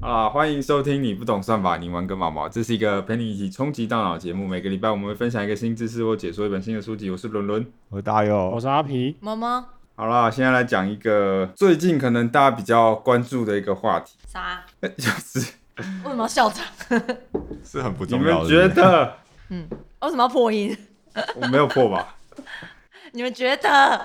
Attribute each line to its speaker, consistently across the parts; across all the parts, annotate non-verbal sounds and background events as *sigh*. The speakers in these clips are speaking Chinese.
Speaker 1: 啊，欢迎收听《你不懂算法，你玩个毛毛》。这是一个陪你一起冲击大脑的节目。每个礼拜我们会分享一个新知识或解说一本新的书籍。我是伦伦。
Speaker 2: 我大佑
Speaker 3: 哦
Speaker 4: 我，是阿
Speaker 3: *laughs*
Speaker 4: 皮，
Speaker 3: 毛毛
Speaker 1: 好啦，现在来讲一个最近可能大家比较关注的一个话题， *laughs*
Speaker 3: 啥？
Speaker 1: 就是
Speaker 3: 为什么要笑场？
Speaker 2: 是很不
Speaker 1: 你
Speaker 2: 重
Speaker 1: 们
Speaker 2: 要的。
Speaker 1: 觉得
Speaker 3: *laughs* 为什么要破音？
Speaker 1: 我没有破吧？
Speaker 3: 你们觉得？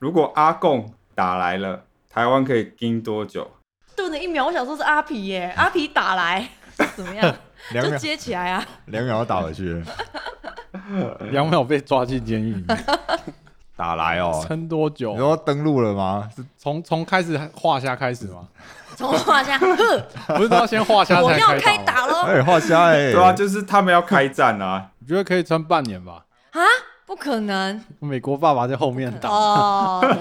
Speaker 1: 如果阿贡打来了，台湾可以盯多久？
Speaker 3: 顿了一秒，我想说是阿皮耶，阿皮
Speaker 4: *laughs*
Speaker 3: 打来怎么样？
Speaker 2: 两
Speaker 3: 就
Speaker 2: 秒，
Speaker 3: 接起来啊！
Speaker 2: 两秒要打回 *laughs* 去，
Speaker 4: 杨淼被抓进监狱
Speaker 3: *laughs*
Speaker 4: 里面，
Speaker 2: 打来
Speaker 3: 啊
Speaker 2: 哦。
Speaker 4: 撑多久
Speaker 2: 你？说登录了吗？是
Speaker 4: 从从开始画虾开始吗？
Speaker 3: 从
Speaker 4: *laughs*
Speaker 3: 画下，呵，
Speaker 4: 不是都要先画虾
Speaker 3: 我
Speaker 4: 才
Speaker 3: 要
Speaker 4: 开
Speaker 3: 开
Speaker 4: 打吗？
Speaker 3: 打喽！
Speaker 2: 哎，画 *laughs* 虾哎，
Speaker 1: 对啊，就是他们要开战啊。
Speaker 4: 我觉得可以撑半年吧。
Speaker 3: 啊，不可能
Speaker 4: 美国爸爸在后面打，
Speaker 3: 哦！ *laughs*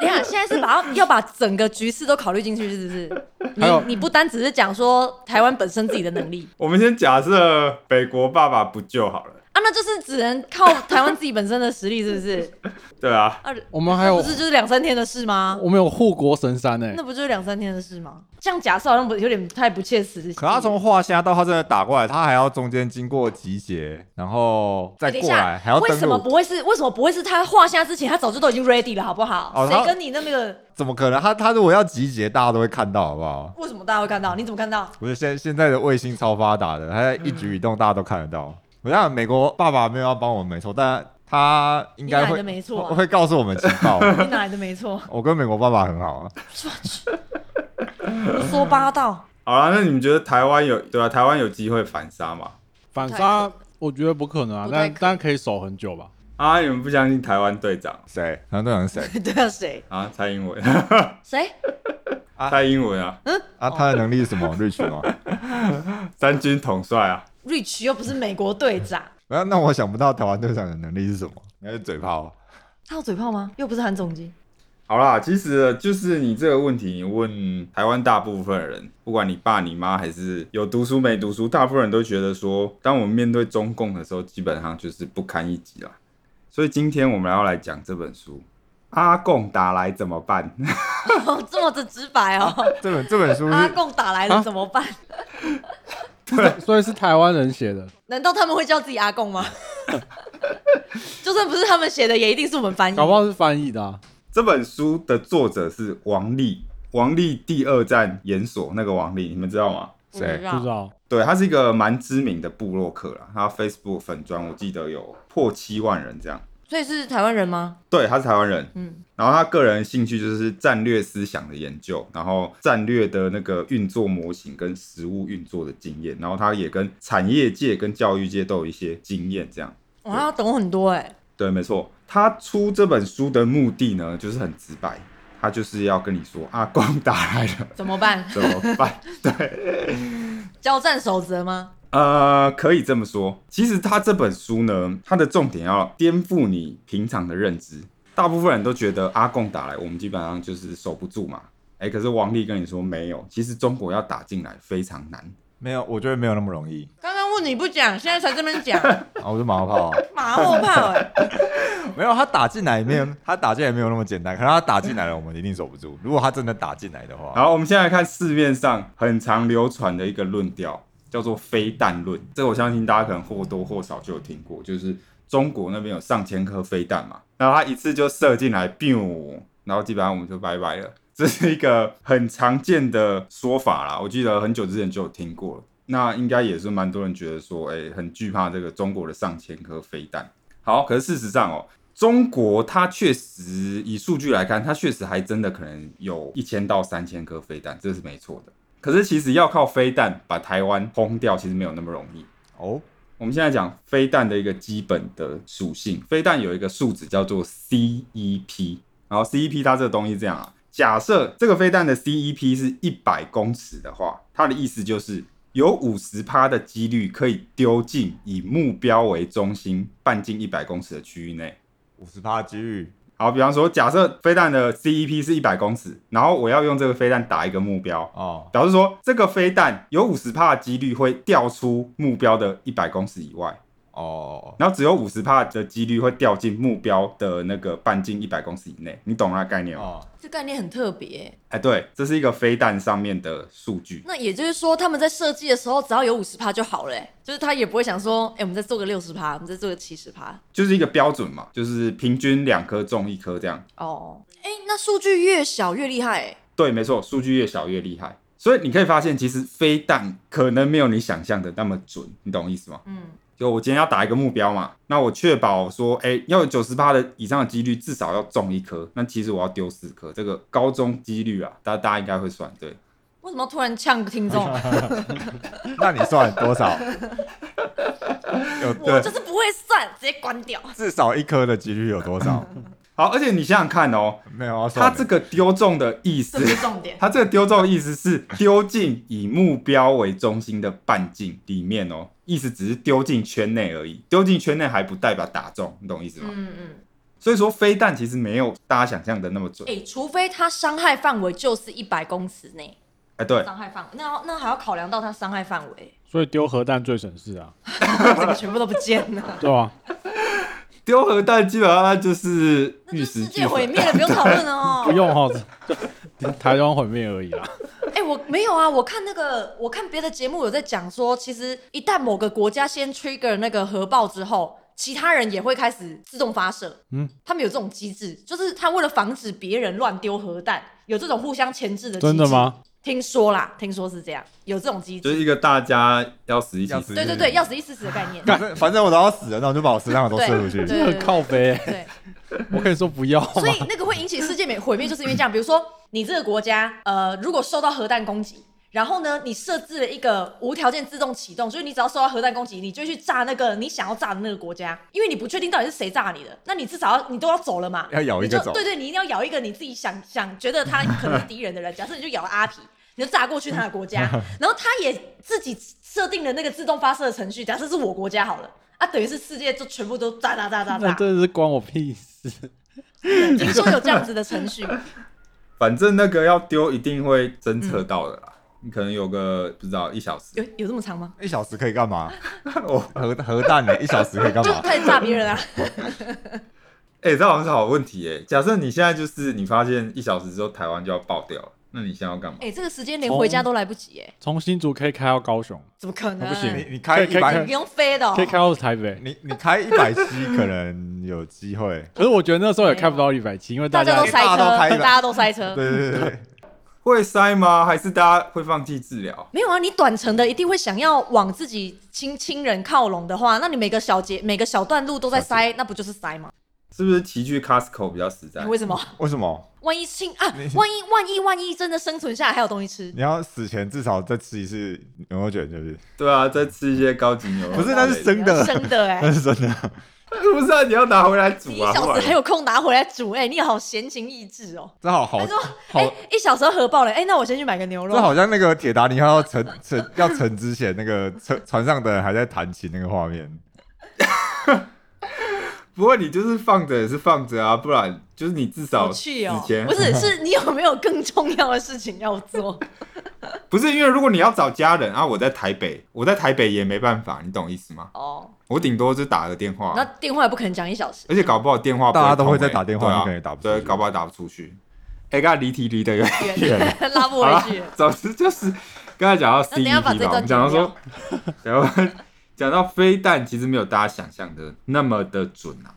Speaker 3: 你看，现在是把要把整个局势都考虑进去，是不是？
Speaker 4: 还有
Speaker 3: 你你不单只是讲说台湾本身自己的能力
Speaker 1: 我们先假设北国爸爸不救好了。
Speaker 3: 啊，那就是只能靠台湾自己本身的实力，是不是？
Speaker 1: 对啊，
Speaker 3: 啊，
Speaker 4: 我们还
Speaker 3: 那
Speaker 4: 有
Speaker 3: 不是就是两三天的事吗？
Speaker 4: 我们有护国神山哎
Speaker 3: 那，不就是两三天的事吗？这样假设好像不有点太不切实际。
Speaker 2: 可他从画虾到他真的打过来，他还要中间经过集结，然后再
Speaker 3: 哎等一
Speaker 2: 过
Speaker 3: 下
Speaker 2: 来，还要
Speaker 3: 为
Speaker 2: 登
Speaker 3: 什么
Speaker 2: 录。
Speaker 3: 不会是为什么不会是他画下之前，他早就都已经 ready 了，好不好？
Speaker 2: 哦
Speaker 3: 谁、
Speaker 2: 他
Speaker 3: 跟你那个？
Speaker 2: 怎么可能？他他如果要集结，大家都会看到，好不好？
Speaker 3: 为什么大家会看到？你怎么
Speaker 2: *laughs*
Speaker 3: 看到？
Speaker 2: 不是现现在的卫星超发达的，他一举一动大家都看得到。我想美国爸爸没有要帮我们没错，但他应该
Speaker 3: 你哪来
Speaker 2: 会
Speaker 3: 的没错啊
Speaker 2: 会会告诉我们情
Speaker 3: *laughs*
Speaker 2: 报。
Speaker 3: 你哪来的没错？
Speaker 2: 我跟美国爸爸很好啊，
Speaker 3: 胡说八道！ *laughs*
Speaker 1: 好啦，那你们觉得台湾有对啊？台湾有机会反杀吗？
Speaker 4: 反杀我觉得不可能啊，
Speaker 3: 不太
Speaker 4: 但
Speaker 3: 可
Speaker 4: 但可以守很久吧。那
Speaker 1: 啊，你们不相信台湾队长
Speaker 2: 谁？台湾队长是谁
Speaker 3: 对啊，谁
Speaker 1: 啊？蔡英文，
Speaker 3: 谁？
Speaker 2: 啊
Speaker 1: 蔡英文啊，
Speaker 2: 啊？他的能力是什么？Rich 吗？ *laughs*
Speaker 1: 三军统帅啊，
Speaker 3: Rich 又不是美国队长，
Speaker 2: 那那我想不到台湾队长的能力是什么，应该是嘴炮。
Speaker 3: 他有嘴炮吗？又不是韩总机。
Speaker 1: 好啦，其实就是你这个问题，你问台湾大部分人，不管你爸、你妈还是有读书没读书，大部分人都觉得说，当我们面对中共的时候，基本上就是不堪一击啦。所以今天我们要来讲这本书《阿共打来怎么办》，
Speaker 3: 哦，这么的直白
Speaker 2: *laughs*
Speaker 3: 哦，
Speaker 2: 这本这本书
Speaker 3: 阿
Speaker 2: 是
Speaker 3: 贡打来了
Speaker 4: 啊
Speaker 3: 怎么办？
Speaker 4: 所以是台湾人写的，
Speaker 3: 难道他们会叫自己阿贡吗？ *laughs* 就算不是他们写的，也一定是我们翻译。
Speaker 4: 搞不好是翻译的啊。
Speaker 1: 这本书的作者是王力，王力第二战研所那个王力，你们知道吗？
Speaker 3: 我不知
Speaker 2: 谁
Speaker 3: 道
Speaker 4: 不知道
Speaker 1: 对，他是一个蛮知名的部落客啦，他 Facebook 粉砖我记得有破七万人这样。
Speaker 3: 所以是台湾人吗？
Speaker 1: 对，他是台湾人，
Speaker 3: 嗯，
Speaker 1: 然后他个人兴趣就是战略思想的研究，然后战略的那个运作模型跟实物运作的经验，然后他也跟产业界跟教育界都有一些经验这样。
Speaker 3: 哇，他懂很多哎、
Speaker 1: 对，没错，他出这本书的目的呢，就是很直白，他就是要跟你说阿 *laughs* 光打来了
Speaker 3: 怎么办？
Speaker 1: 怎么办？
Speaker 3: 交战守则吗？
Speaker 1: 呃，可以这么说。其实他这本书呢，它的重点要颠覆你平常的认知。大部分人都觉得阿贡打来，我们基本上就是守不住嘛。哎、可是王力跟你说没有，其实中国要打进来非常难。
Speaker 2: 没有，我觉得没有那么容易
Speaker 3: 刚刚问你不讲，现在才这边讲， *laughs*
Speaker 2: 啊。我是马后炮、啊，
Speaker 3: 马后炮哎、
Speaker 2: *laughs* 没有他打进来没有，他打进来没有那么简单。可是他打进来了，我们一定守不住。如果他真的打进来的话，
Speaker 1: 好，我们现在来看市面上很常流传的一个论调，叫做“飞弹论”。这个我相信大家可能或多或少就有听过，就是中国那边有上千颗飞弹嘛，然后它一次就射进来，biu，然后基本上我们就拜拜了。这是一个很常见的说法啦，我记得很久之前就有听过了。那应该也是蛮多人觉得说，哎、很惧怕这个中国的上千颗飞弹。好，可是事实上哦，中国它确实以数据来看，它确实还真的可能有一千到三千颗飞弹，这是没错的。可是其实要靠飞弹把台湾轰掉，其实没有那么容易。
Speaker 2: 哦，
Speaker 1: 我们现在讲飞弹的一个基本的属性，飞弹有一个数值叫做 CEP，然后 CEP 它这个东西这样啊，假设这个飞弹的 CEP 是一百公尺的话，它的意思就是有五十趴的几率可以丢进以目标为中心半径一百公尺的区域内。
Speaker 2: 五十趴机遇，
Speaker 1: 好，比方说，假设飞弹的 CEP 是一百公尺，然后我要用这个飞弹打一个目标，
Speaker 2: 哦，
Speaker 1: 表示说这个飞弹有五十帕的几率会掉出目标的一百公尺以外。
Speaker 2: 哦，
Speaker 1: 然后只有五十帕的几率会掉进目标的那个半径一百公尺以内，你懂那概念吗？
Speaker 2: 哦，
Speaker 3: 这概念很特别欸。
Speaker 1: 哎、对，这是一个飞弹上面的数据。
Speaker 3: 那也就是说，他们在设计的时候只要有五十趴就好了欸，就是他也不会想说，哎、我们再做个六十趴，我们再做个七十趴。
Speaker 1: 就是一个标准嘛，就是平均两颗中一颗这样。
Speaker 3: 哦，哎、那数据越小越厉害欸。
Speaker 1: 对，没错，数据越小越厉害。所以你可以发现，其实飞弹可能没有你想象的那么准，你懂我意思吗？
Speaker 3: 嗯，
Speaker 1: 就我今天要打一个目标嘛，那我确保说，哎、要有九十八的以上的几率至少要中一颗，那其实我要丢四颗，这个高中几率啊，大大家应该会算对。
Speaker 3: 为什么突然呛听 *laughs* 众？
Speaker 2: 那你算多 *laughs* 少？有
Speaker 3: 我
Speaker 2: 对，
Speaker 3: 就是不会算，直接关掉。
Speaker 2: 至少一颗的几率有多少？
Speaker 1: 好，而且你想想看哦，
Speaker 2: 没有要啊
Speaker 1: 它
Speaker 2: 算的。
Speaker 1: 这个丢中的意
Speaker 3: 这
Speaker 1: 思
Speaker 3: 不，是重点。
Speaker 1: 它这个丢中的意思是丢进以目标为中心的半径里面哦，意思只是丢进圈内而已，丢进圈内还不代表打中，你懂我意思吗？
Speaker 3: *laughs* 嗯嗯，
Speaker 1: 所以说飞弹其实没有大家想象的那么准。
Speaker 3: 哎、除非他伤害范围就是一百公尺内，
Speaker 1: 哎，对，
Speaker 3: 伤害范围，那要那还要考量到他伤害范围， *laughs*
Speaker 4: 所以丢核弹最省事啊，
Speaker 3: 整个全部都不见
Speaker 4: *laughs*
Speaker 3: 了，
Speaker 4: 对吧？
Speaker 1: 丢核弹基本上它就是
Speaker 3: 那
Speaker 1: 玉
Speaker 3: 就
Speaker 1: 石
Speaker 3: 世
Speaker 1: 俱
Speaker 3: 界
Speaker 1: 焚
Speaker 3: 毁。灭了，不用讨论了哦 *laughs*
Speaker 4: 不。用哈，就 *laughs* 台湾毁灭而已啊啦。
Speaker 3: 哎、我没有啊，我看那个，我看别的节目有在讲说，其实一旦某个国家先 trigger 那个核爆之后，其他人也会开始自动发射。嗯
Speaker 4: 嗯，
Speaker 3: 他们有这种机制，就是他为了防止别人乱丢核弹，有这种互相牵制的机制。
Speaker 4: 真的？吗？
Speaker 3: 听说啦，听说是这样，有这种机
Speaker 1: 就是
Speaker 3: 制。
Speaker 1: 一个大家要死一起
Speaker 2: 要
Speaker 1: 死
Speaker 2: 死，
Speaker 3: 对对对，要死一死死的概念。
Speaker 2: 反正反正我都要死了，那我就把我身上的都射出去。
Speaker 3: 对
Speaker 4: 这很靠背，
Speaker 3: 对，
Speaker 4: 我可以说不要吗
Speaker 3: 所？以那个会引起世界美毁灭，就是因为这样。比如说， *laughs* 你这个国家，呃，如果受到核弹攻击，然后呢，你设置了一个无条件自动启动，就是你只要受到核弹攻击，你就会去炸那个你想要炸的那个国家，因为你不确定到底是谁炸你的，那你至少要你都要走了
Speaker 2: *laughs*
Speaker 3: 嘛，
Speaker 2: 要咬一个
Speaker 3: 你就
Speaker 2: 走
Speaker 3: 对对，你一定要咬一个你自己想想觉得他可能是敌人的人。假设你就咬了阿皮，你就炸过去他的
Speaker 2: *laughs*
Speaker 3: 国家，然后他也自己设定了那个自动发射的程序。假设是我国家好了。啊，等于是世界就全部都炸炸炸炸
Speaker 4: 那
Speaker 3: 炸！
Speaker 4: 真的是关我屁事。
Speaker 3: 听说有这样子的程序，
Speaker 1: 反正那个要丢一定会侦测到的啦。你可能有个不知道一小时
Speaker 3: 有，有这么长吗？
Speaker 2: 一小时可以干嘛？ *laughs*
Speaker 1: 哦，
Speaker 2: 核核弹呢？一小时可以干
Speaker 3: *laughs* 就
Speaker 2: 嘛？
Speaker 3: 开始炸别人啊！
Speaker 1: 哎、这好像是好问题哎、假设你现在就是你发现一小时之后台湾就要爆掉了，那你现在要干嘛？
Speaker 3: 哎、这个时间连回家都来不及哎、
Speaker 4: 从新竹可以开到高雄，
Speaker 3: 怎么可能？
Speaker 4: 不行
Speaker 2: 哦你你哎开一
Speaker 4: 可以可以
Speaker 2: 百
Speaker 3: 你，用飞的、哦
Speaker 4: 可以开到台北。
Speaker 2: 你你开一百七可能有机会。
Speaker 4: 可是我觉得那时候也开不到一百七，因为
Speaker 3: 大家
Speaker 4: 家
Speaker 3: 都塞车，
Speaker 2: 大家都开
Speaker 3: 大
Speaker 2: 了
Speaker 3: 家都塞车。
Speaker 2: 对对对对，
Speaker 1: 会塞吗？还是大家会放弃治疗？
Speaker 3: 没有啊，你短程的一定会想要往自己亲亲人靠拢的话，那你每个小节、每个小段路都在塞，那不就是塞吗？
Speaker 1: 是不是骑去 Costco 比较实在？
Speaker 3: 为什么？
Speaker 2: 为什么？
Speaker 3: 万一亲啊，万一万一万一真的生存下来还有东西吃，
Speaker 2: 你要死前至少再吃一次牛肉卷，是不是？
Speaker 1: 对啊，再吃一些高级牛肉之类的。
Speaker 2: 不是，那是真的，
Speaker 3: 生的
Speaker 2: *laughs*
Speaker 3: 哎、
Speaker 2: 那是真的。
Speaker 1: 不是啊，你要拿回来煮
Speaker 3: 你一
Speaker 1: 啊。不
Speaker 3: 小时
Speaker 1: 然
Speaker 3: 还有空拿回来煮哎、你好闲情逸致哦。
Speaker 2: 这好好
Speaker 3: 他说
Speaker 2: 好
Speaker 3: 哎、，一小时候核爆了哎、那我先去买个牛肉
Speaker 2: 这。好像那个铁达尼号要沉沉要沉之前，那个船船上的人还在弹琴那个画面。
Speaker 1: 不过你就是放着也是放着啊，不然就是你至少
Speaker 3: 有趣哦
Speaker 1: 死前，
Speaker 3: 不是，是你有没有更重要的事情要
Speaker 1: *laughs*
Speaker 3: 做？
Speaker 1: 不是因为如果你要找家人啊，我在台北，我在台北也没办法，你懂意思吗？
Speaker 3: 哦，
Speaker 1: 我顶多就打个电话，
Speaker 3: 那电话也不可能讲一小时，
Speaker 1: 而且搞不好电话不
Speaker 2: 大家都
Speaker 1: 通
Speaker 2: 会在
Speaker 1: 欸
Speaker 2: 打电话
Speaker 1: 对啊
Speaker 2: 你可能也打不出
Speaker 1: 对，
Speaker 2: 去
Speaker 1: 搞不好打不出去。哎，刚才离题离得有点 *laughs* 远了，
Speaker 3: *laughs* 拉不
Speaker 1: 好
Speaker 3: 回
Speaker 1: 了
Speaker 3: 去。，
Speaker 1: 总之就是刚才讲到
Speaker 3: 那等一下把
Speaker 1: CEP
Speaker 3: 这
Speaker 1: 吧，我
Speaker 3: 段
Speaker 1: 们讲到
Speaker 3: 剪
Speaker 1: 说
Speaker 3: 掉。，
Speaker 1: 然后 *laughs* 讲到飞弹，其实没有大家想象的那么的准啊。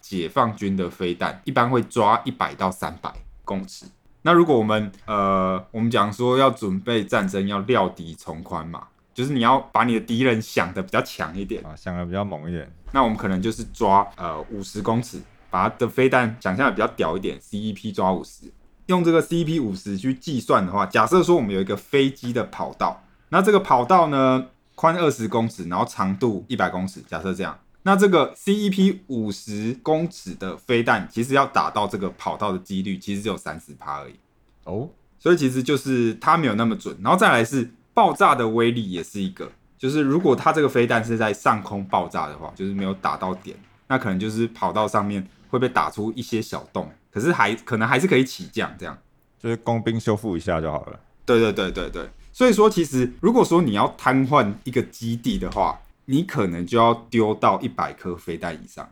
Speaker 1: 解放军的飞弹一般会抓一百到三百公尺。那如果我们呃，我们讲说要准备战争，要料敌从宽嘛，就是你要把你的敌人想的比较强一点。
Speaker 2: 啊，想的比较猛一点。
Speaker 1: 那我们可能就是抓呃五十公尺，把它的飞弹想象的比较屌一点，CEP 抓五十。用这个 CEP 五十去计算的话，假设说我们有一个飞机的跑道，那这个跑道呢宽二十公尺，然后长度一百公尺，假设这样。那这个 CEP 五十公尺的飞弹，其实要打到这个跑道的几率，其实只有三十趴而已。
Speaker 2: 哦，
Speaker 1: 所以其实就是它没有那么准。然后再来是爆炸的威力也是一个，就是如果它这个飞弹是在上空爆炸的话，就是没有打到点，那可能就是跑道上面会被打出一些小洞，可是还可能还是可以起降这样。
Speaker 2: 就是工兵修复一下就好了。
Speaker 1: 对对对对对。所以说，其实如果说你要瘫痪一个基地的话，你可能就要丢到一百颗飞弹以上。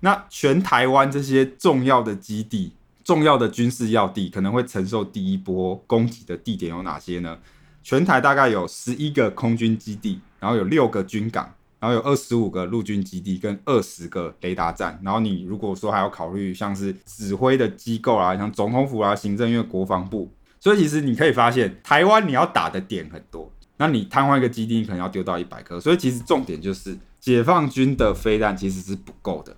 Speaker 1: 那全台湾这些重要的基地、重要的军事要地，可能会承受第一波攻击的地点有哪些呢？全台大概有十一个空军基地，然后有六个军港，然后有二十五个陆军基地跟二十个雷达站。然后你如果说还要考虑像是指挥的机构啊，像总统府啊、行政院、国防部，所以其实你可以发现，台湾你要打的点很多。那你瘫痪一个基地，你可能要丢到一百颗。所以其实重点就是，解放军的飞弹其实是不够的。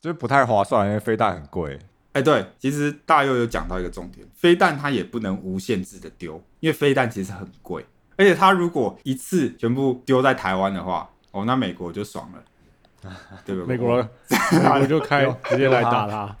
Speaker 2: 就是不太划算，因为飞弹很贵。
Speaker 1: 哎、对，其实大佑有讲到一个重点，飞弹它也不能无限制的丢，因为飞弹其实很贵，而且它如果一次全部丢在台湾的话，哦，那美国就爽了，对不对？
Speaker 4: 美国，美国就开直接来打他，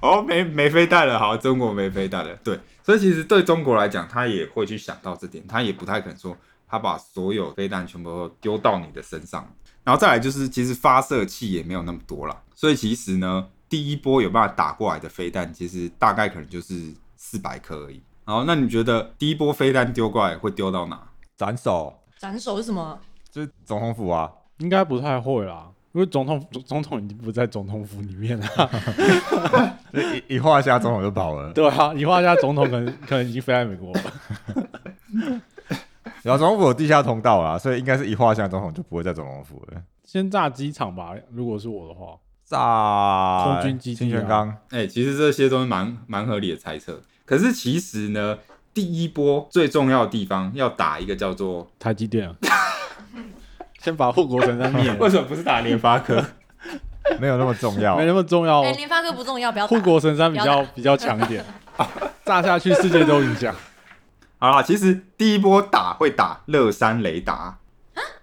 Speaker 1: 哦，没没飞弹了，好，中国没飞弹了，对，所以其实对中国来讲，他也会去想到这点，他也不太可能说他把所有飞弹全部都丢到你的身上，然后再来就是其实发射器也没有那么多啦，所以其实呢，第一波有办法打过来的飞弹，其实大概可能就是四百颗而已。然后那你觉得第一波飞弹丢过来会丢到哪？
Speaker 2: 斩首
Speaker 3: 斩首是什么？
Speaker 2: 就是总统府啊，
Speaker 4: 应该不太会啦，因为总统总总统已经不在总统府里面了。
Speaker 2: 就一一画下总统就跑了。
Speaker 4: 对啊，你画家总统可能 *laughs* 可能已经飞在美国了。
Speaker 2: 然后总统府有地下通道啦，所以应该是一画下总统就不会在总统府了。
Speaker 4: 先炸机场吧，如果是我的话，
Speaker 2: 炸
Speaker 4: 空军基地啊
Speaker 2: 清泉岗，
Speaker 1: 哎、其实这些都是蛮蛮合理的猜测。可是其实呢，第一波最重要的地方要打一个叫做
Speaker 4: 台积电啊， *laughs* 先把护国神山灭了，
Speaker 1: 为什么不是打联发科？
Speaker 2: 没有那么重要
Speaker 4: *laughs* 没。那么重要
Speaker 3: 哎、
Speaker 4: 哦。
Speaker 3: 联发科不重要，不要打
Speaker 4: 护国神山比较比较强一点，炸下去世界都影响。
Speaker 1: *laughs* 好啦，其实第一波打会打乐山雷达，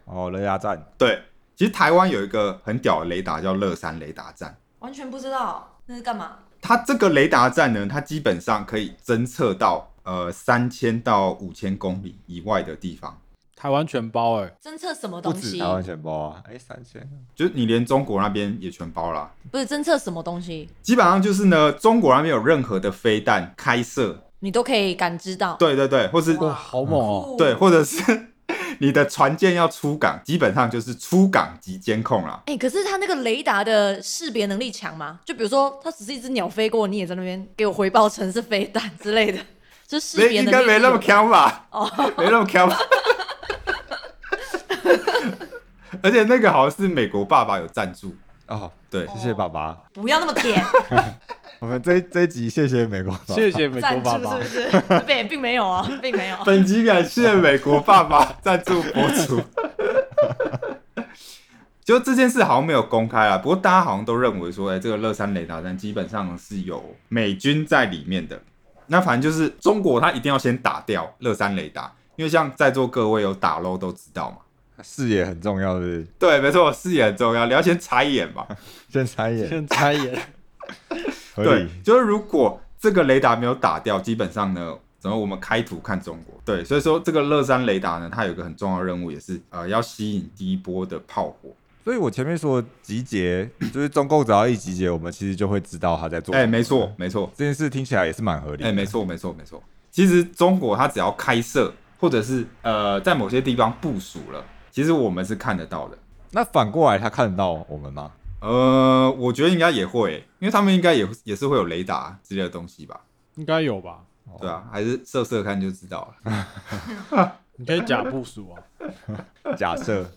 Speaker 2: 哦，雷达站，
Speaker 1: 对，其实台湾有一个很屌的雷达叫乐山雷达站，
Speaker 3: 完全不知道那是干嘛。
Speaker 1: 它这个雷达站呢，它基本上可以侦测到呃三千到五千公里以外的地方，
Speaker 4: 台湾全包哎、
Speaker 3: 侦测什么
Speaker 2: 不
Speaker 3: 东
Speaker 2: 止
Speaker 3: 西
Speaker 2: 台？湾钱包啊，哎，三千，
Speaker 1: 就是你连中国那边也全包啦。
Speaker 3: 不是侦测什么东西，
Speaker 1: 基本上就是呢，中国那边有任何的飞弹开射，
Speaker 3: 你都可以感知到。
Speaker 1: 对对对，或是
Speaker 4: 哇，好猛哦、
Speaker 3: 酷
Speaker 1: 对，或者是 *laughs* 你的船舰要出港，基本上就是出港及监控啦。
Speaker 3: 哎、可是它那个雷达的识别能力强吗？就比如说，它只是一只鸟飞过，你也在那边给我回报成是飞弹之类的，哦就识
Speaker 1: 没
Speaker 3: 别
Speaker 1: 应
Speaker 3: 能
Speaker 1: 该
Speaker 3: 力
Speaker 1: 没那么
Speaker 3: 强。
Speaker 1: 强吧？ *laughs* 没那么强吧？而且那个好像是美国爸爸有赞助，
Speaker 2: 哦，
Speaker 1: 对，
Speaker 2: 谢谢爸爸。
Speaker 3: 不要那
Speaker 1: *laughs*
Speaker 3: 么甜，
Speaker 2: 我们这这一集谢谢美国爸爸，
Speaker 4: 谢谢美国
Speaker 3: 赞助
Speaker 4: 爸
Speaker 3: 是
Speaker 4: 爸
Speaker 3: *laughs* 不，是？并并没有啊，并没有。
Speaker 1: 本集感谢美国爸爸赞助博主。就这件事好像没有公开啦，不过大家好像都认为说，哎、这个乐山雷达站基本上是有美军在里面的。那反正就是中国，他一定要先打掉乐山雷达，因为像在座各位有打漏都知道嘛。
Speaker 2: 视野很重要，是
Speaker 1: 对，没错，视野很重要，你要先插眼嘛。
Speaker 2: 不是？先猜眼，
Speaker 4: 先猜眼，
Speaker 2: 合
Speaker 1: 对
Speaker 2: 理。，
Speaker 1: 就是如果这个雷达没有打掉，基本上呢，然后我们开图看中国。对，所以说这个乐山雷达呢，它有一个很重要的任务，也是呃要吸引第一波的炮火。
Speaker 2: 所以我前面说集结，就是中共只要一集结，我们其实就会知道他在做。
Speaker 1: 哎、没错，，没错，
Speaker 2: 这件事听起来也是蛮合理
Speaker 1: 哎、
Speaker 2: 的。
Speaker 1: 没错，没错，没错。其实中国它只要开设，或者是呃在某些地方部署了，其实我们是看得到的。
Speaker 2: 那反过来他看得到我们吗？
Speaker 1: 呃，我觉得应该也会、因为他们应该也也是会有雷达之类的东西吧？
Speaker 4: 应该有吧？
Speaker 2: 哦
Speaker 1: 对啊，还是射射看就知道了。
Speaker 4: 你可以假部署啊，
Speaker 2: 假设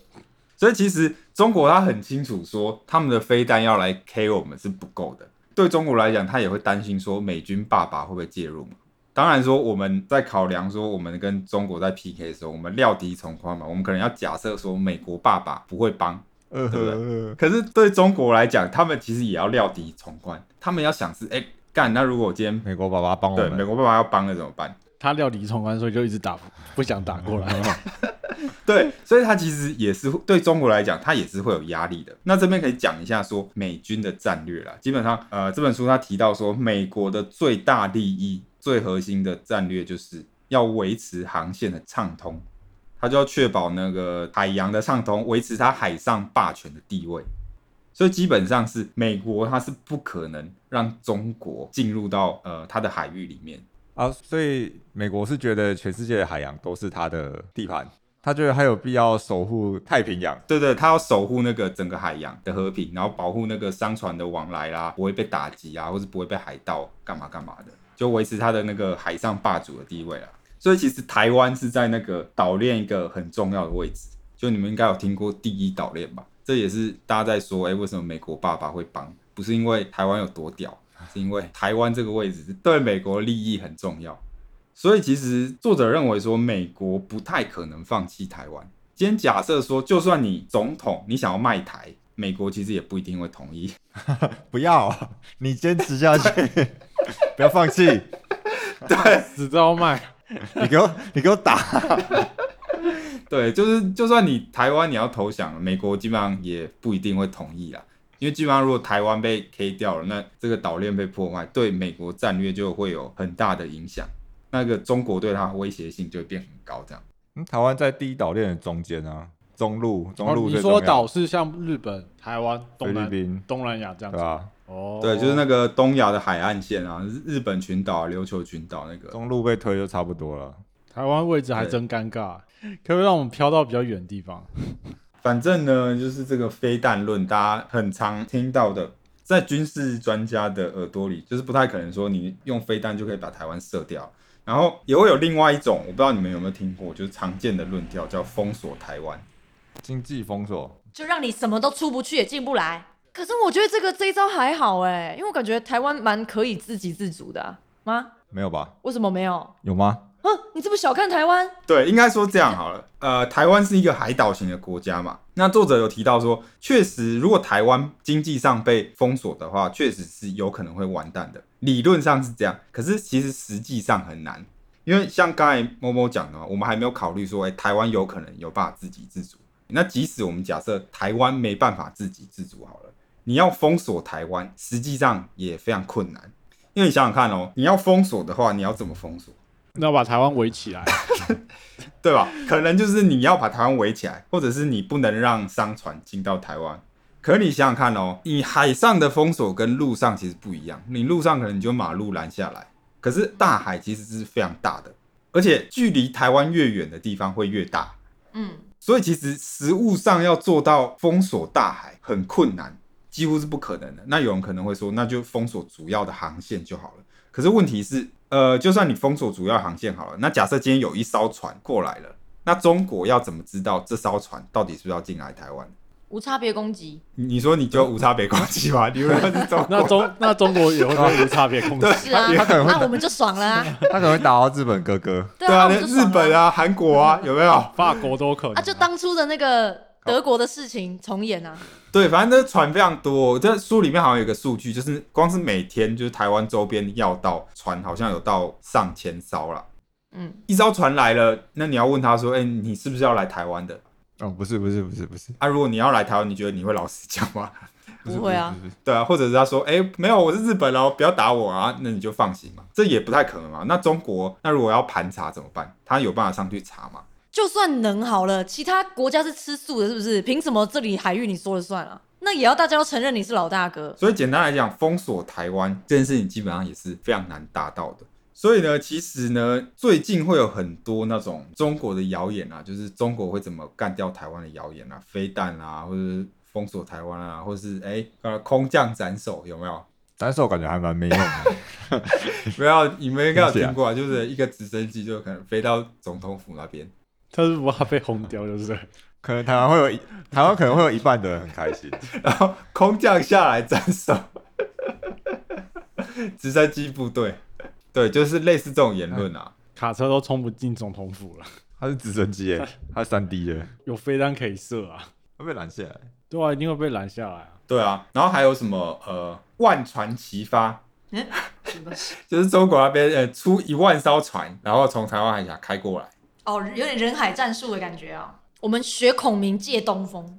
Speaker 1: 所以其实中国他很清楚说，他们的飞弹要来 K 我们是不够的。对中国来讲，他也会担心说美军爸爸会不会介入嘛？当然说我们在考量说我们跟中国在 PK 的时候，我们料敌从宽嘛，我们可能要假设说美国爸爸不会帮。
Speaker 2: 呃
Speaker 1: 对不
Speaker 2: 呵，
Speaker 1: 可是对中国来讲，他们其实也要料敌从宽，他们要想是哎干，那如果我今天
Speaker 2: 美国爸爸帮我
Speaker 1: 对美
Speaker 2: 们，
Speaker 1: 国爸爸要帮了怎么办？
Speaker 4: 他料理闯关，所以就一直打，不想打过来。
Speaker 1: *laughs* 对，所以它其实也是对中国来讲，它也是会有压力的。那这边可以讲一下说美军的战略啦。基本上，呃，这本书它提到说，美国的最大利益、最核心的战略就是要维持航线的畅通，它就要确保那个海洋的畅通，维持它海上霸权的地位。所以基本上是美国，它是不可能让中国进入到呃它的海域里面。
Speaker 2: 啊，所以美国是觉得全世界的海洋都是他的地盘，他觉得还有必要守护太平洋。
Speaker 1: 对对，他要守护那个整个海洋的和平，然后保护那个商船的往来啦，不会被打击啊，或是不会被海盗干嘛干嘛的，就维持他的那个海上霸主的地位啦。所以其实台湾是在那个岛链一个很重要的位置，就你们应该有听过第一岛链吧？这也是大家在说，哎，为什么美国爸爸会帮？不是因为台湾有多屌，是因为台湾这个位置是对美国利益很重要。所以其实作者认为说，美国不太可能放弃台湾。今天假设说，就算你总统你想要卖台，美国其实也不一定会同意。 *laughs*
Speaker 2: 不要， *laughs* 你坚持下去， *laughs* 不要放弃。
Speaker 4: 死都要卖。
Speaker 2: 你给我， *laughs* 你给我打。
Speaker 1: 对，就是就算你台湾你要投降了，美国基本上也不一定会同意啦。因为基本上如果台湾被 K 掉了，那这个岛链被破坏，对美国战略就会有很大的影响。那个中国对它的威胁性就会变很高，这样。
Speaker 2: 嗯台湾在第一岛链的中间啊，中路，中
Speaker 4: 哦
Speaker 2: 路
Speaker 4: 你
Speaker 2: 最重要、
Speaker 4: 说岛是像日本、台湾、东
Speaker 2: 菲律
Speaker 4: 南、
Speaker 2: 宾
Speaker 4: 东南亚这样
Speaker 2: 对啊
Speaker 4: 子
Speaker 2: 吧、
Speaker 4: 哦，
Speaker 1: 对，就是那个东亚的海岸线啊，日日本群岛、啊、琉球群岛那个。
Speaker 2: 中路被推就差不多了。
Speaker 4: 台湾位置还
Speaker 1: 对
Speaker 4: 真尴尬，可不可以让我们飘到比较远的地方？
Speaker 1: 反正呢，就是这个飞弹论，大家很常听到的，在军事专家的耳朵里，就是不太可能说你用飞弹就可以把台湾射掉。然后也会有另外一种，我不知道你们有没有听过，就是常见的论调叫封锁台湾。
Speaker 2: 经济封锁，
Speaker 3: 就让你什么都出不去，也进不来。可是我觉得这个这一招还好哎、因为我感觉台湾蛮可以自给自足的、啊、吗？
Speaker 2: 没有吧？
Speaker 3: 为什么没有？
Speaker 2: 有吗？
Speaker 3: 哼、你这么小看台湾？
Speaker 1: 对，应该说这样好了。呃，台湾是一个海岛型的国家嘛。那作者有提到说，确实，如果台湾经济上被封锁的话，确实是有可能会完蛋的。理论上是这样，可是其实实际上很难，因为像刚才某某讲的嘛，我们还没有考虑说，哎、台湾有可能有办法自给自足。那即使我们假设台湾没办法自给自足好了，你要封锁台湾，实际上也非常困难。因为你想想看哦，你要封锁的话，你要怎么封锁？
Speaker 4: 那把台湾围起来，
Speaker 1: 对吧？可能就是你要把台湾围起来，或者是你不能让商船进到台湾。可你想想看哦，你海上的封锁跟陆上其实不一样，你陆上可能你就马路拦下来，可是大海其实是非常大的，而且距离台湾越远的地方会越大，
Speaker 3: 嗯，
Speaker 1: 所以其实实物上要做到封锁大海很困难，几乎是不可能的。那有人可能会说，那就封锁主要的航线就好了。可是问题是，呃，就算你封锁主要航线好了，那假设今天有一艘船过来了，那中国要怎么知道这艘船到底是不是要进来台湾？
Speaker 3: 无差别攻击，
Speaker 1: 你你说你就无差别攻击吧，你论是中
Speaker 4: *laughs* 那
Speaker 1: 国，
Speaker 4: 中那中国也会被无差别控制。
Speaker 3: 是啊，那我们就爽了啊，
Speaker 2: 他可能会打到日本哥哥。
Speaker 3: 对
Speaker 1: 对啊，
Speaker 3: 我
Speaker 1: 连
Speaker 3: 们就
Speaker 1: 日
Speaker 3: 爽
Speaker 1: 本
Speaker 3: 了啊，
Speaker 1: 啊、韩国啊，有没有？
Speaker 4: 法国都可能、
Speaker 3: 啊，就当初的那个德国的事情重演啊，
Speaker 1: 对，反正这船非常多。这书里面好像有一个数据，就是光是每天就是台湾周边要到船，好像有到上千艘啦。
Speaker 3: 嗯，
Speaker 1: 一艘船来了，那你要问他说：“哎、你是不是要来台湾的
Speaker 2: 哦，不是，不是，不是，不是，？”
Speaker 1: 啊，如果你要来台湾，你觉得你会老实讲吗？ *laughs*
Speaker 2: 不是
Speaker 3: 不会啊，
Speaker 2: 不是不是
Speaker 1: 对啊，或者是他说：“哎、没有，我是日本哦，不要打我啊。”那你就放心嘛，这也不太可能嘛。那中国，那如果要盘查怎么办？他有办法上去查吗？
Speaker 3: 就算能好了，其他国家是吃素的，是不是？凭什么这里海域你说了算啊？那也要大家都承认你是老大哥，
Speaker 1: 所以简单来讲，封锁台湾这件事情基本上也是非常难达到的。所以呢，其实呢，最近会有很多那种中国的谣言啊，就是中国会怎么干掉台湾的谣言啊，飞弹啊，或者是封锁台湾啊，或者是哎呃空降斩首，有没有？
Speaker 2: 但是我感觉还蛮没用的。
Speaker 1: 没有，你们应该有听过啊，就是一个直升机就可能飞到总统府那边。
Speaker 4: 他是不怕被轰掉，就是了
Speaker 2: 可能台湾会有一，台湾可能会有一半的人很开心。
Speaker 1: 然后空降下来斩首， *laughs* 直升机部队，对，就是类似这种言论啊。
Speaker 4: 卡车都冲不进总统府了，
Speaker 2: 他是直升机耶，他是三 D 耶，
Speaker 4: 有飞弹可以射啊，
Speaker 2: 会被拦下来。
Speaker 4: 对啊，一定会被拦下来啊。 *laughs*
Speaker 1: 对啊，然后还有什么呃，万船齐发，
Speaker 3: *laughs* 嗯
Speaker 1: 就是中国那边呃出一万艘船，然后从台湾海峡开过来。
Speaker 3: 哦，有点人海战术的感觉啊。我们学孔明借东风，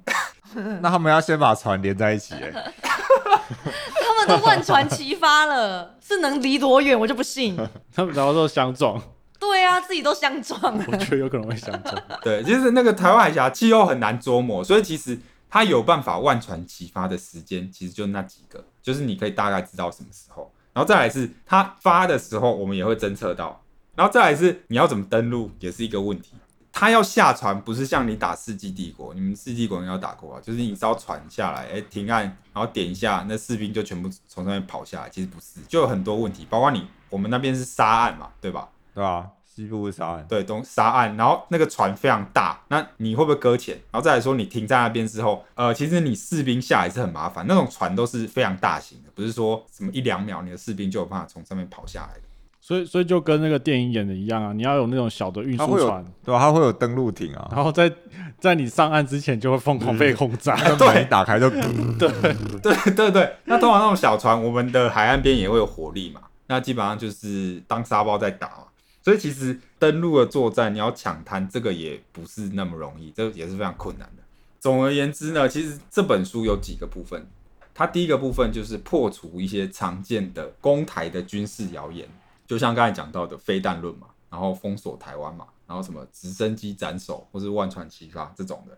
Speaker 3: 嗯
Speaker 2: 那他们要先把船连在一起
Speaker 3: *laughs*
Speaker 2: 耶，
Speaker 3: 他们都万船齐发了， *laughs* 是能离多远我就不 *laughs* 信。
Speaker 4: 他们然后都相撞，
Speaker 3: 对啊，自己都相撞了。
Speaker 4: *laughs* 我觉得有可能会相撞。
Speaker 1: 对，就是那个台湾海峡气候很难捉摸，所以其实它有办法万船齐发的时间，其实就那几个，就是你可以大概知道什么时候。然后再来是它发的时候，我们也会侦测到。然后再来是你要怎么登录，也是一个问题。它要下船不是像你打世纪帝国，你们世纪帝国要打过啊，就是你只要船下来，哎、停岸，然后点一下，那士兵就全部从上面跑下来。其实不是，就有很多问题，包括你我们那边是沙岸嘛，对吧？
Speaker 2: 对吧？西部杀人，
Speaker 1: 对，东沙岸，然后那个船非常大，那你会不会搁浅？然后再来说，你停在那边之后，呃，其实你士兵下来是很麻烦，那种船都是非常大型的，不是说什么一两秒你的士兵就有办法从上面跑下来的。
Speaker 4: *laughs* 所以所以就跟那个电影演的一样啊，你要有那种小的运
Speaker 2: 它会
Speaker 4: 输
Speaker 2: 有
Speaker 4: 船，
Speaker 2: 对吧？它会有登陆艇啊，
Speaker 4: *laughs* 然后在在你上岸之前就会疯狂被轰炸。
Speaker 2: 那门一打开 *laughs* 就，
Speaker 1: *laughs* 对对对，那通常那种小船，我们的海岸边也会有火力嘛，那基本上就是当沙包在打嘛。所以其实登陆的作战，你要抢滩，这个也不是那么容易，这也是非常困难的。总而言之呢，其实这本书有几个部分，它第一个部分就是破除一些常见的公台的军事谣言，就像刚才讲到的飞弹论嘛，然后封锁台湾嘛，然后什么直升机斩首或是万船齐发这种的，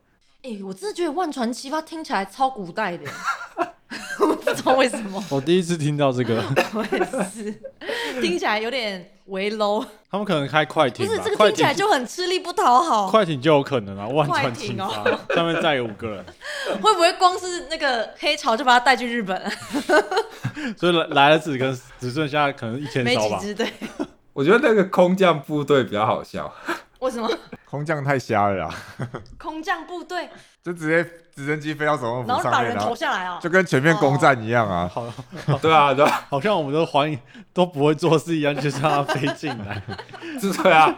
Speaker 3: 哎、我真的觉得万船齐发听起来超古代 *laughs* 的，我不知道为什么，
Speaker 4: *laughs* 我第一次听到这个，
Speaker 3: 我也是，听起来有点微 low，
Speaker 4: *laughs* 他们可能开快
Speaker 3: 不
Speaker 4: 艇吧，
Speaker 3: 是这个
Speaker 4: 快
Speaker 3: 听起
Speaker 4: 艇
Speaker 3: 来就很吃力不讨好，
Speaker 4: 快艇就有可能啊，万船齐发，
Speaker 3: 快艇哦
Speaker 4: *laughs* 上面载有五个人，
Speaker 3: 会不会光是那个黑潮就把他带去日本？
Speaker 4: 所以来来了只跟只剩下可能一千
Speaker 3: 没
Speaker 4: 艘
Speaker 3: 几
Speaker 4: 吧。
Speaker 3: 支队，
Speaker 1: 我觉得那个空降部队比较好笑。 *laughs*
Speaker 3: 为什么
Speaker 2: 空降太瞎了啦，
Speaker 3: 空降部队，
Speaker 4: *laughs*
Speaker 2: 就直接直升机飞到总
Speaker 3: 然
Speaker 2: 统
Speaker 3: 后
Speaker 2: 府
Speaker 3: 把
Speaker 2: 上面，
Speaker 3: 人
Speaker 2: 然
Speaker 3: 投哦
Speaker 2: 后
Speaker 3: 下来啊、
Speaker 2: 就跟全面攻占一样啊。
Speaker 4: 好，
Speaker 1: 对啊，对啊，
Speaker 4: 好像我们都欢迎都不会做事一样，就是让它飞进 *laughs* 来。
Speaker 1: 是 *laughs* 对啊，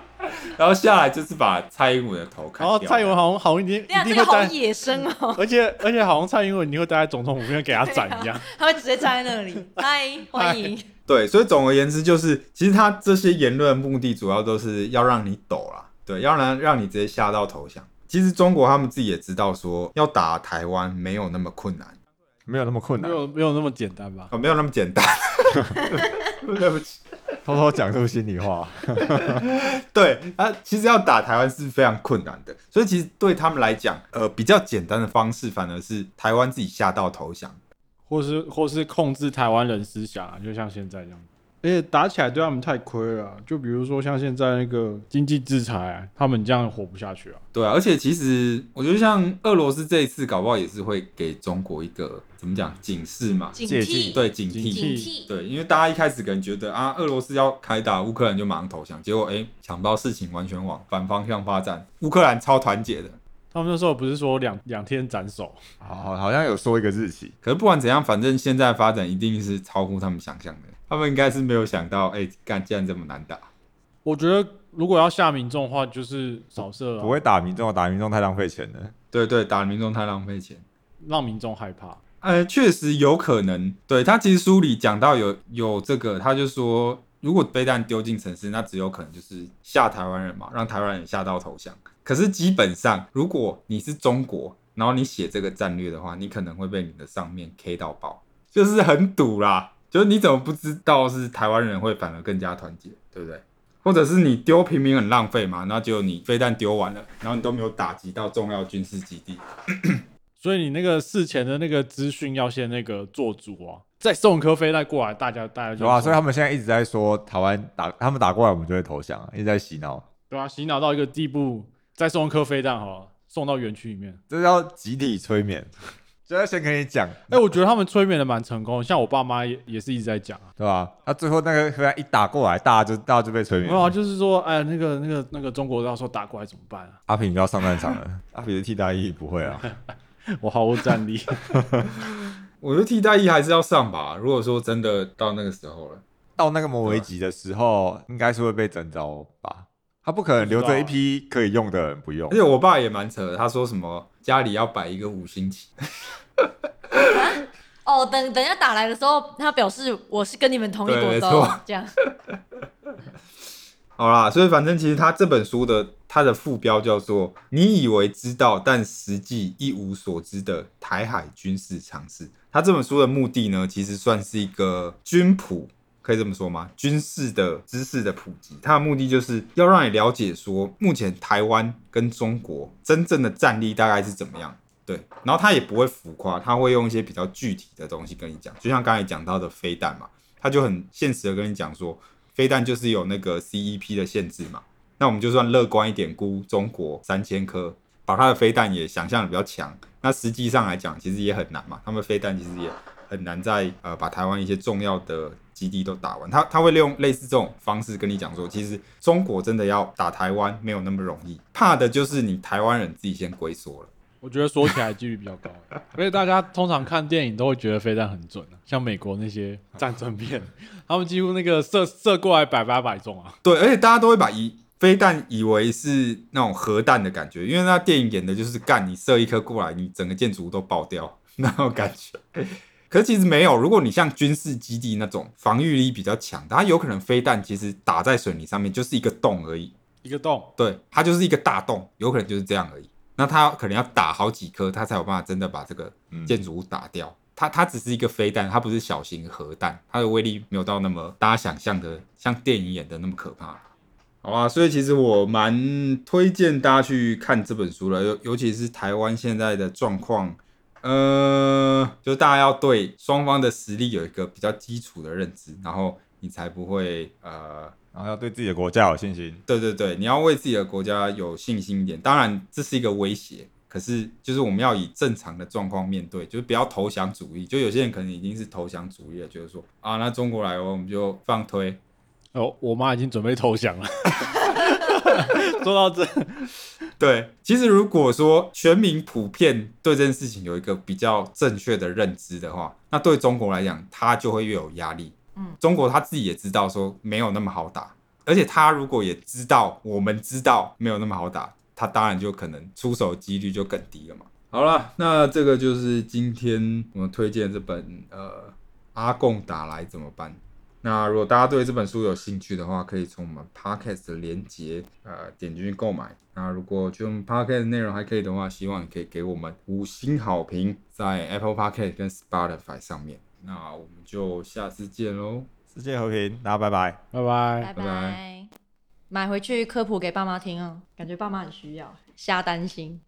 Speaker 1: 然后下来就是把蔡英文的头砍
Speaker 4: 然后
Speaker 1: 掉。
Speaker 4: 哦蔡英文好像好像一定
Speaker 3: 对啊，
Speaker 4: 一
Speaker 3: 这
Speaker 4: 定
Speaker 3: 个
Speaker 4: 会
Speaker 3: 好
Speaker 4: 待，
Speaker 3: 野生哦、
Speaker 4: *laughs* 而且而且好像蔡英文你会待在总统府边给他斩一样。
Speaker 3: 他会直接站在那里， *laughs* 嗨，欢迎。
Speaker 1: 对，所以总而言之就是，其实他这些言论的目的主要都是要让你抖啦，对，要让让你直接吓到投降。其实中国他们自己也知道说，要打台湾没有那么困难啊、
Speaker 2: 没有那么困
Speaker 4: 没
Speaker 2: 难，
Speaker 4: 有没有那么简单吧？
Speaker 1: 哦没有那么简单。 *laughs* 对不起，
Speaker 2: 偷偷讲出心里 *laughs* 话。
Speaker 1: 对啊，其实要打台湾是非常困难的，所以其实对他们来讲，呃，比较简单的方式反而是台湾自己吓到投降。
Speaker 4: 或是或是控制台湾人思想、啊，就像现在这样。而且打起来对他们太亏了啊、就比如说像现在那个经济制裁啊、他们这样活不下去啊。
Speaker 1: 对啊，而且其实我觉得像俄罗斯这一次，搞不好也是会给中国一个怎么讲警示嘛，
Speaker 3: 警
Speaker 2: 戒
Speaker 3: 惕，
Speaker 2: 忌
Speaker 1: 对警惕，
Speaker 3: 警惕，
Speaker 1: 对，因为大家一开始可能觉得啊，俄罗斯要开打乌克兰就马上投降，结果哎，想不到事情完全往反方向发展，乌克兰超团结的。
Speaker 4: 他们那时候不是说两两天斩首，
Speaker 2: 好，好像有说一个日期，
Speaker 1: 可是不管怎样，反正现在发展一定是超乎他们想象的，他们应该是没有想到，哎，干竟然这么难打。
Speaker 4: 我觉得如果要吓民众的话，就是扫射、啊，
Speaker 2: 不会打民众，打民众太浪费钱了。
Speaker 1: 对对，打民众太浪费钱。
Speaker 4: 让民众害怕。
Speaker 1: 呃，确实有可能。对他其实书里讲到有有这个，他就说，如果飞弹丢进城市，那只有可能就是吓台湾人嘛，让台湾人吓到投降。可是基本上，如果你是中国，然后你写这个战略的话，你可能会被你的上面 K 到爆，就是很堵啦。就是你怎么不知道是台湾人会反而更加团结，对不对？或者是你丢平民很浪费嘛，那就你飞弹丢完了，然后你都没有打击到重要军事基地，
Speaker 4: 所以你那个事前的那个资讯要先那个做足啊，再送一颗飞弹过来，大家大家就
Speaker 2: 对啊，所以他
Speaker 4: 说
Speaker 2: 们现在一直在说台湾打，他们打过来我们就会投降，啊一直在洗脑，
Speaker 4: 对啊，洗脑到一个地步，再送一颗飞弹好了，送到园区里面。
Speaker 2: 这叫集体催 *laughs* 眠，就要先跟你讲，
Speaker 4: 哎、我觉得他们催眠的蛮成功的，像我爸妈也也是一直在讲啊。
Speaker 2: 对吧、那最后那个飞弹一打过来，大家就大家就被催
Speaker 4: 没
Speaker 2: 眠
Speaker 4: 有啊，
Speaker 2: 了，
Speaker 4: 就是说，哎，那个、那个、那个中国到时候打过来怎么办啊？
Speaker 2: 阿平就要上战场了，阿平是替代役，不会啊，
Speaker 4: *laughs* 我毫无战力。
Speaker 1: 我觉得替代役还是要上吧。如果说真的到那个时候了，
Speaker 2: 到那个魔维级的时候，应该是会被征召吧。他不可能留着一批可以用的人不用
Speaker 1: 而，且我爸也蛮扯的，他说什么家里要摆一个五星旗，
Speaker 3: 哦，等等一下打来的时候，他表示我是跟你们同一国
Speaker 1: 对没
Speaker 3: 州
Speaker 1: 错，
Speaker 3: 这样。
Speaker 1: 好啦，所以反正其实他这本书的它的副标叫做“你以为知道，但实际一无所知的台海军事常识”。他这本书的目的呢，其实算是一个军谱，可以这么说吗？军事的知识的普及，它的目的就是要让你了解说，目前台湾跟中国真正的战力大概是怎么样。对，然后他也不会浮夸，他会用一些比较具体的东西跟你讲，就像刚才讲到的飞 E 弹嘛，他就很现实的跟你讲说，飞弹就是有那个 CEP 的限制嘛。那我们就算乐观一点，估中国三千颗，把它的飞弹也想象的比较强。那实际上来讲，其实也很难嘛，他们飞弹其实也很难在呃把台湾一些重要的基地都打完。他他会利用类似这种方式跟你讲说，其实中国真的要打台湾没有那么容易，怕的就是你台湾人自己先龟缩了。
Speaker 4: *laughs* 我觉得说起来几率比较高， *laughs* 而且大家通常看电影都会觉得飞弹很准、啊，像美国那些 *laughs* 战争片，他们几乎那个射射过来百发百中啊。
Speaker 1: 对，而且大家都会把以飞弹以为是那种核弹的感觉，因为那电影演的就是干你射一颗过来，你整个建筑物都爆掉 *laughs* 那种感觉。可是其实没有，如果你像军事基地那种防御力比较强的，它有可能飞弹其实打在水泥上面就是一个洞而已，
Speaker 4: 一个洞，
Speaker 1: 对，它就是一个大洞，有可能就是这样而已。那它可能要打好几颗，它才有办法真的把这个建筑物打掉。它它只是一个飞弹，它不是小型核弹，它的威力没有到那么大家想象的像电影演的那么可怕。好啊，所以其实我蛮推荐大家去看这本书了，尤尤其是台湾现在的状况，呃，就是大家要对双方的实力有一个比较基础的认知，然后你才不会呃，
Speaker 2: 然后要对自己的国家有信心。
Speaker 1: 对对对，你要为自己的国家有信心一点。当然，这是一个威胁，可是就是我们要以正常的状况面对，就是不要投降主义。就有些人可能已经是投降主义了，觉得说啊，那中国来哦，我们就放推，
Speaker 4: 哦，我妈已经准备投降 *laughs* 了。说到这，
Speaker 1: 对，其实如果说全民普遍对这件事情有一个比较正确的认知的话，那对中国来讲，他就会越有压力。
Speaker 3: 嗯，
Speaker 1: 中国他自己也知道说没有那么好打，而且他如果也知道我们知道没有那么好打，他当然就可能出手几率就更低了嘛。好了，那这个就是今天我们推荐这本呃《阿贡打来怎么办》。那如果大家对这本书有兴趣的话，可以从我们 podcast 的连接呃点进去购买。那如果觉得我们 podcast 内容还可以的话，希望你可以给我们五星好评，在 Apple Podcast 跟 Spotify 上面。那我们就下次见喽。
Speaker 2: 世界和平，大家拜拜。
Speaker 4: 拜拜。
Speaker 3: 拜
Speaker 1: 拜
Speaker 3: 啊拜。买回去科普给爸妈听哦，感觉爸妈很需要，瞎担心。